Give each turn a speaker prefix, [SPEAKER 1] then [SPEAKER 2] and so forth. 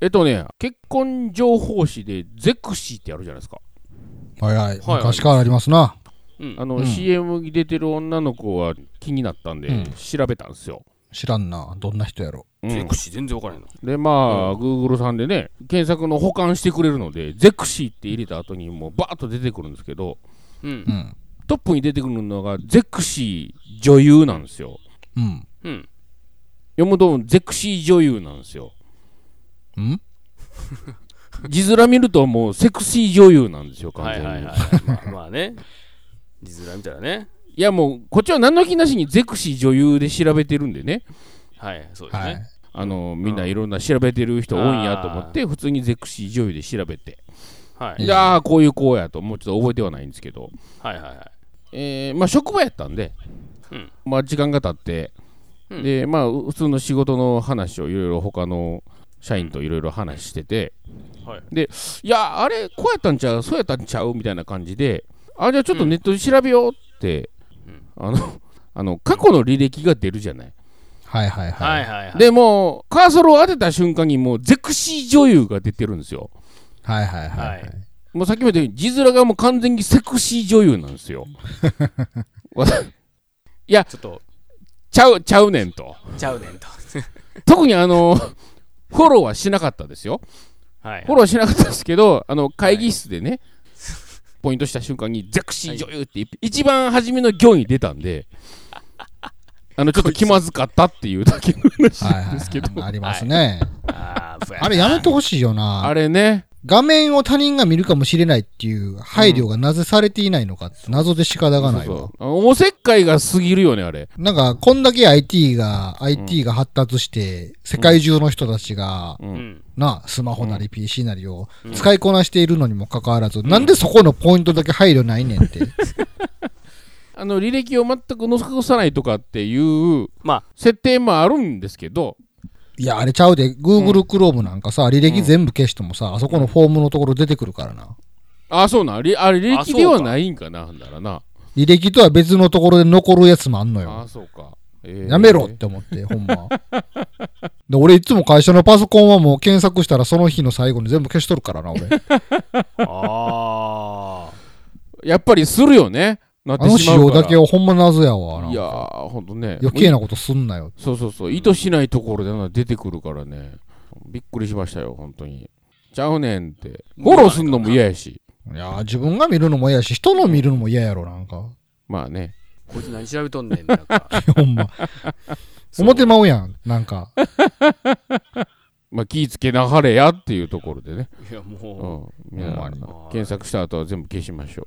[SPEAKER 1] えっとね、結婚情報誌でゼクシーってあるじゃないですか。
[SPEAKER 2] はいはい。
[SPEAKER 1] はい
[SPEAKER 2] 昔からありますな。
[SPEAKER 3] うん
[SPEAKER 1] あの、
[SPEAKER 2] うん
[SPEAKER 1] CM に出てる女の子は気になったんで、
[SPEAKER 2] うん
[SPEAKER 1] 調べたんですよ。
[SPEAKER 2] 知らんな。どんな人やろ。
[SPEAKER 1] うん
[SPEAKER 3] ゼクシー全然わからへんな。
[SPEAKER 1] で、まあ、Google さんでね、検索の保管してくれるので、ゼクシーって入れた後にもうバーッと出てくるんですけど、
[SPEAKER 3] うん
[SPEAKER 2] う。ん。
[SPEAKER 1] トップに出てくるのがゼクシー女優なんですよ。
[SPEAKER 2] うん。
[SPEAKER 3] うん。
[SPEAKER 1] 読むとゼクシー女優なんですよ。
[SPEAKER 2] うん
[SPEAKER 1] 字面見るともうセクシー女優なんですよ、完
[SPEAKER 3] はい
[SPEAKER 1] 全に。
[SPEAKER 3] はい
[SPEAKER 1] い
[SPEAKER 3] はい。まあまあね。字面見たらね。
[SPEAKER 1] や、もう、こっちは何の気なしにゼクシー女優で調べてるんでね。
[SPEAKER 3] はい、そうです
[SPEAKER 2] は
[SPEAKER 3] ね
[SPEAKER 2] い。。
[SPEAKER 1] あのみんないろんな調べてる人多いんやと思って、普通にゼクシー女優で調べて、
[SPEAKER 3] はい。
[SPEAKER 2] うん
[SPEAKER 1] でああ、こういう子やと、もうちょっと覚えてはないんですけど、
[SPEAKER 3] はいはいはい。
[SPEAKER 1] えーまあ、職場やったんで、
[SPEAKER 3] うん
[SPEAKER 1] まあ、時間が経って、
[SPEAKER 3] うん
[SPEAKER 1] でまあ、普通の仕事の話をいろいろ他の社員といろいろ話してて、
[SPEAKER 3] はい
[SPEAKER 1] でいや、あれ、こうやったんちゃう、そうやったんちゃうみたいな感じで、あじゃあちょっとネットで調べようって、あのあの過去の履歴が出るじゃない。
[SPEAKER 2] はいはい
[SPEAKER 3] は
[SPEAKER 2] はいい。
[SPEAKER 3] はいはい。
[SPEAKER 1] でもうカーソルを当てた瞬間にもうゼクシー女優が出てるんですよ
[SPEAKER 2] はいはいは
[SPEAKER 3] はいい。
[SPEAKER 1] もうさっきも言ったように字面がもう完全にセクシー女優なんですよわ
[SPEAKER 3] ちょっと、
[SPEAKER 1] ちゃうちゃうねんと
[SPEAKER 3] ちゃうねんと。
[SPEAKER 1] 特にあのフォローはしなかったですよ
[SPEAKER 3] はい
[SPEAKER 1] フォ。ローはしなかったですけどあの会議室でね、ポイントした瞬間にゼクシー女優って一番初めの行に出たんであのちょっと気まずかったっていうだけの話
[SPEAKER 2] はい
[SPEAKER 1] なんですけど、
[SPEAKER 2] はい。ありますね。
[SPEAKER 3] あーそう
[SPEAKER 2] あれやめてほしいよな。
[SPEAKER 1] あれね
[SPEAKER 2] 画面を他人が見るかもしれないっていう配慮がなぜされていないのかって謎で仕方がない
[SPEAKER 1] そう
[SPEAKER 2] わ。
[SPEAKER 1] そうあのおせっかいが過ぎるよねあれ
[SPEAKER 2] なんか、こんだけ IT が、IT が発達して、世界中の人たちが、
[SPEAKER 3] う
[SPEAKER 1] う
[SPEAKER 3] んん。
[SPEAKER 2] な、スマホなり PC なりを使いこなしているのにもかかわらず、なんでそこのポイントだけ配慮ないねんって。
[SPEAKER 1] あの履歴を全く残さないとかっていう
[SPEAKER 3] ま
[SPEAKER 1] 設定もあるんですけど、
[SPEAKER 2] いや、あれちゃうで、Google Chrome なんかさ、履歴全部消してもさ、あそこのフォームのところ出てくるからな。
[SPEAKER 1] あ、そうなん、りあれ履
[SPEAKER 3] あそ
[SPEAKER 1] 歴
[SPEAKER 3] うか
[SPEAKER 1] ではないんかな、なんだらな。
[SPEAKER 2] 履歴とは別のところで残るやつもあんのよ。
[SPEAKER 1] あ、そうか。えー
[SPEAKER 2] やめろって思って、ほ んま。で俺いつも会社のパソコンはもう検索したらその日の最後に全部消しとるか らな、俺。
[SPEAKER 3] あ。ああ。
[SPEAKER 1] やっぱりするよね。なっ
[SPEAKER 2] あ
[SPEAKER 1] て
[SPEAKER 2] の
[SPEAKER 1] し
[SPEAKER 2] 仕
[SPEAKER 1] まう
[SPEAKER 2] 様
[SPEAKER 1] から
[SPEAKER 2] だけはほんま謎やわな。
[SPEAKER 1] いやー、ほんとね。
[SPEAKER 2] 余計なことすんなよ。
[SPEAKER 1] そうそうそう、意図しないところでな出てくるからね。びっくりしましたよ、本当に。ちゃうねんって。フォローすんのも嫌やし。
[SPEAKER 2] いやー、自分が見るのも嫌やし、人の見るのも嫌やろ、なんか。
[SPEAKER 1] まあね。
[SPEAKER 3] こいつ何調べとんねん。なんか
[SPEAKER 2] ほんま。思ってまうやん、なんか。
[SPEAKER 1] まあ気ぃつけなはれやっていうところでね。
[SPEAKER 3] いや、
[SPEAKER 1] う
[SPEAKER 3] も
[SPEAKER 1] ん。皆さん
[SPEAKER 2] ほんまに
[SPEAKER 1] 検索した後は全部消しましょう。